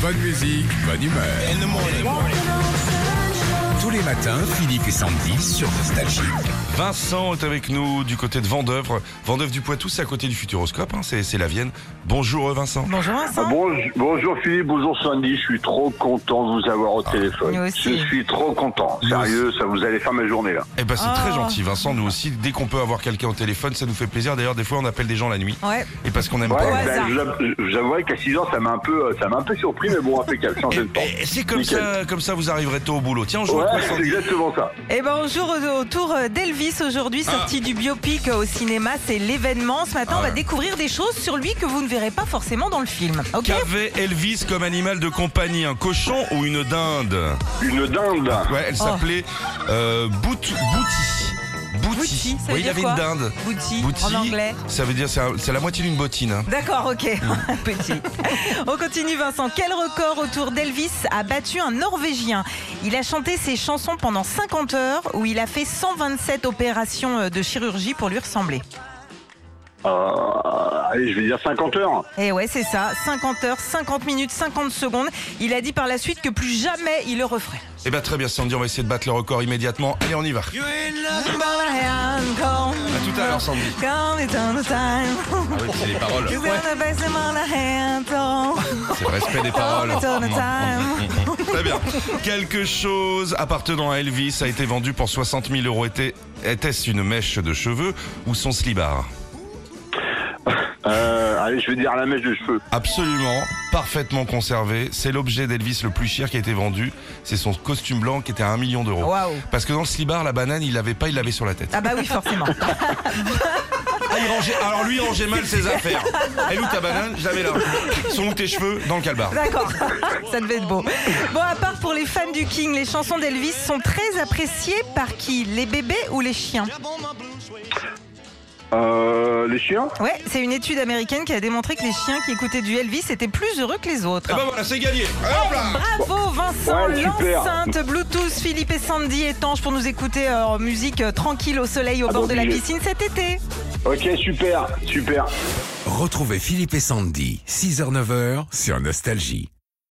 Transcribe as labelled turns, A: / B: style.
A: Bonne musique, bonne humeur. Tous les matins, Philippe et Sandy sur Nostalgie.
B: Vincent est avec nous du côté de Vendœuvre. Vendœuvre du Poitou, c'est à côté du Futuroscope, hein, c'est c'est la Vienne. Bonjour euh, Vincent.
C: Bonjour Vincent.
D: Bonjour, bonjour Philippe, bonjour Sandy, je suis trop content de vous avoir au téléphone.
C: Nous
D: Je
C: aussi.
D: suis trop content.
B: Ah. Nous
D: Sérieux, ça vous allez faire ma journée là.
B: Eh ben c'est
C: Oh.
B: très gentil Vincent, nous aussi, dès qu'on peut avoir quelqu'un au téléphone, ça nous fait plaisir. D'ailleurs, des fois on appelle des gens la nuit.
C: Ouais.
B: Et parce qu'on aime
D: Ouais,
B: pas.
C: Au hasard.
D: ben, je l'avoue- je- j'avouerai qu'à 6 ans ça m'a un peu euh, ça m'a un peu surpris, mais bon impeccable, changez de temps.
B: Et- et Eh, C'est comme
D: Nickel.
B: ça, comme ça vous arriverez tôt au boulot. Tiens, on joue à
D: Ouais,
B: quoi,
D: c'est
B: Sandy
D: exactement ça.
C: Et ben, on joue au, au tour d'Elvis aujourd'hui, sorti du biopic euh, au cinéma. C'est l'événement. Ce matin, on va découvrir des choses sur lui que vous ne verrez pas forcément dans le film. Ok
B: Qu'avait Elvis comme animal de compagnie Un cochon ou une dinde
D: Une dinde.
B: Ouais,
C: Oh.
B: elle s'appelait euh, Bout- Bouti. Bouti.
C: Bouti, ça veut
B: Oui, il
C: dire
B: avait
C: quoi
B: une dinde.
C: Bouti,
B: Bouti,
C: en anglais.
B: Ça veut dire, c'est un- c'est la moitié d'une bottine. hein.
C: D'accord, ok. Petit. On continue, Vincent. Quel record autour d'Elvis a battu un Norvégien Il a chanté ses chansons pendant 50 heures, où il a fait 127 opérations euh, de chirurgie pour lui ressembler.
D: Euh, allez, je vais dire 50 heures.
C: Et Eh ouais, c'est ça. 50 heures, 50 minutes, 50 secondes. Il a dit par la suite que plus jamais il le referait.
B: Eh ben très bien Sandy, on va essayer de battre le record immédiatement. Allez, on y va. À tout à l'heure Sandy. Ah oui, c'est les paroles. C'est le respect des paroles. Très bien. Quelque chose appartenant à Elvis a été vendu pour 60 000 euros. Était- Était-ce une mèche de cheveux ou son slibard
D: Euh, allez, je vais dire la mèche de cheveux.
B: Absolument, parfaitement conservé. C'est l'objet d'Elvis le plus cher qui a été vendu. C'est son costume blanc qui était à 1 million d'euros.
C: Waouh.
B: Parce que dans le slibard, la banane, il l'avait pas, il l'avait sur la tête.
C: Ah bah oui, forcément.
B: Ah, il rangeait- alors lui, il rangeait mal ses affaires. Elle est où ta banane Je l'avais là. Sont où tes cheveux Dans le calbar.
C: D'accord, ça devait être beau. Bon, à part pour les fans du King, les chansons d'Elvis sont très appréciées par qui Les bébés ou les chiens
D: Euh, les chiens
C: Ouais, c'est une étude américaine qui a démontré que les chiens qui écoutaient du Elvis étaient plus heureux que les autres.
B: Eh ben voilà, c'est gagné. Hop là
C: Bravo Vincent,
D: Ouais, super.
C: l'enceinte Bluetooth Philippe et Sandy étanche pour nous écouter euh, en musique euh, tranquille au soleil au
D: Ah,
C: bord
D: bon,
C: de la
D: obligé.
C: piscine cet été.
D: Ok, super, super.
A: Retrouvez Philippe et Sandy, 6h-9h sur Nostalgie.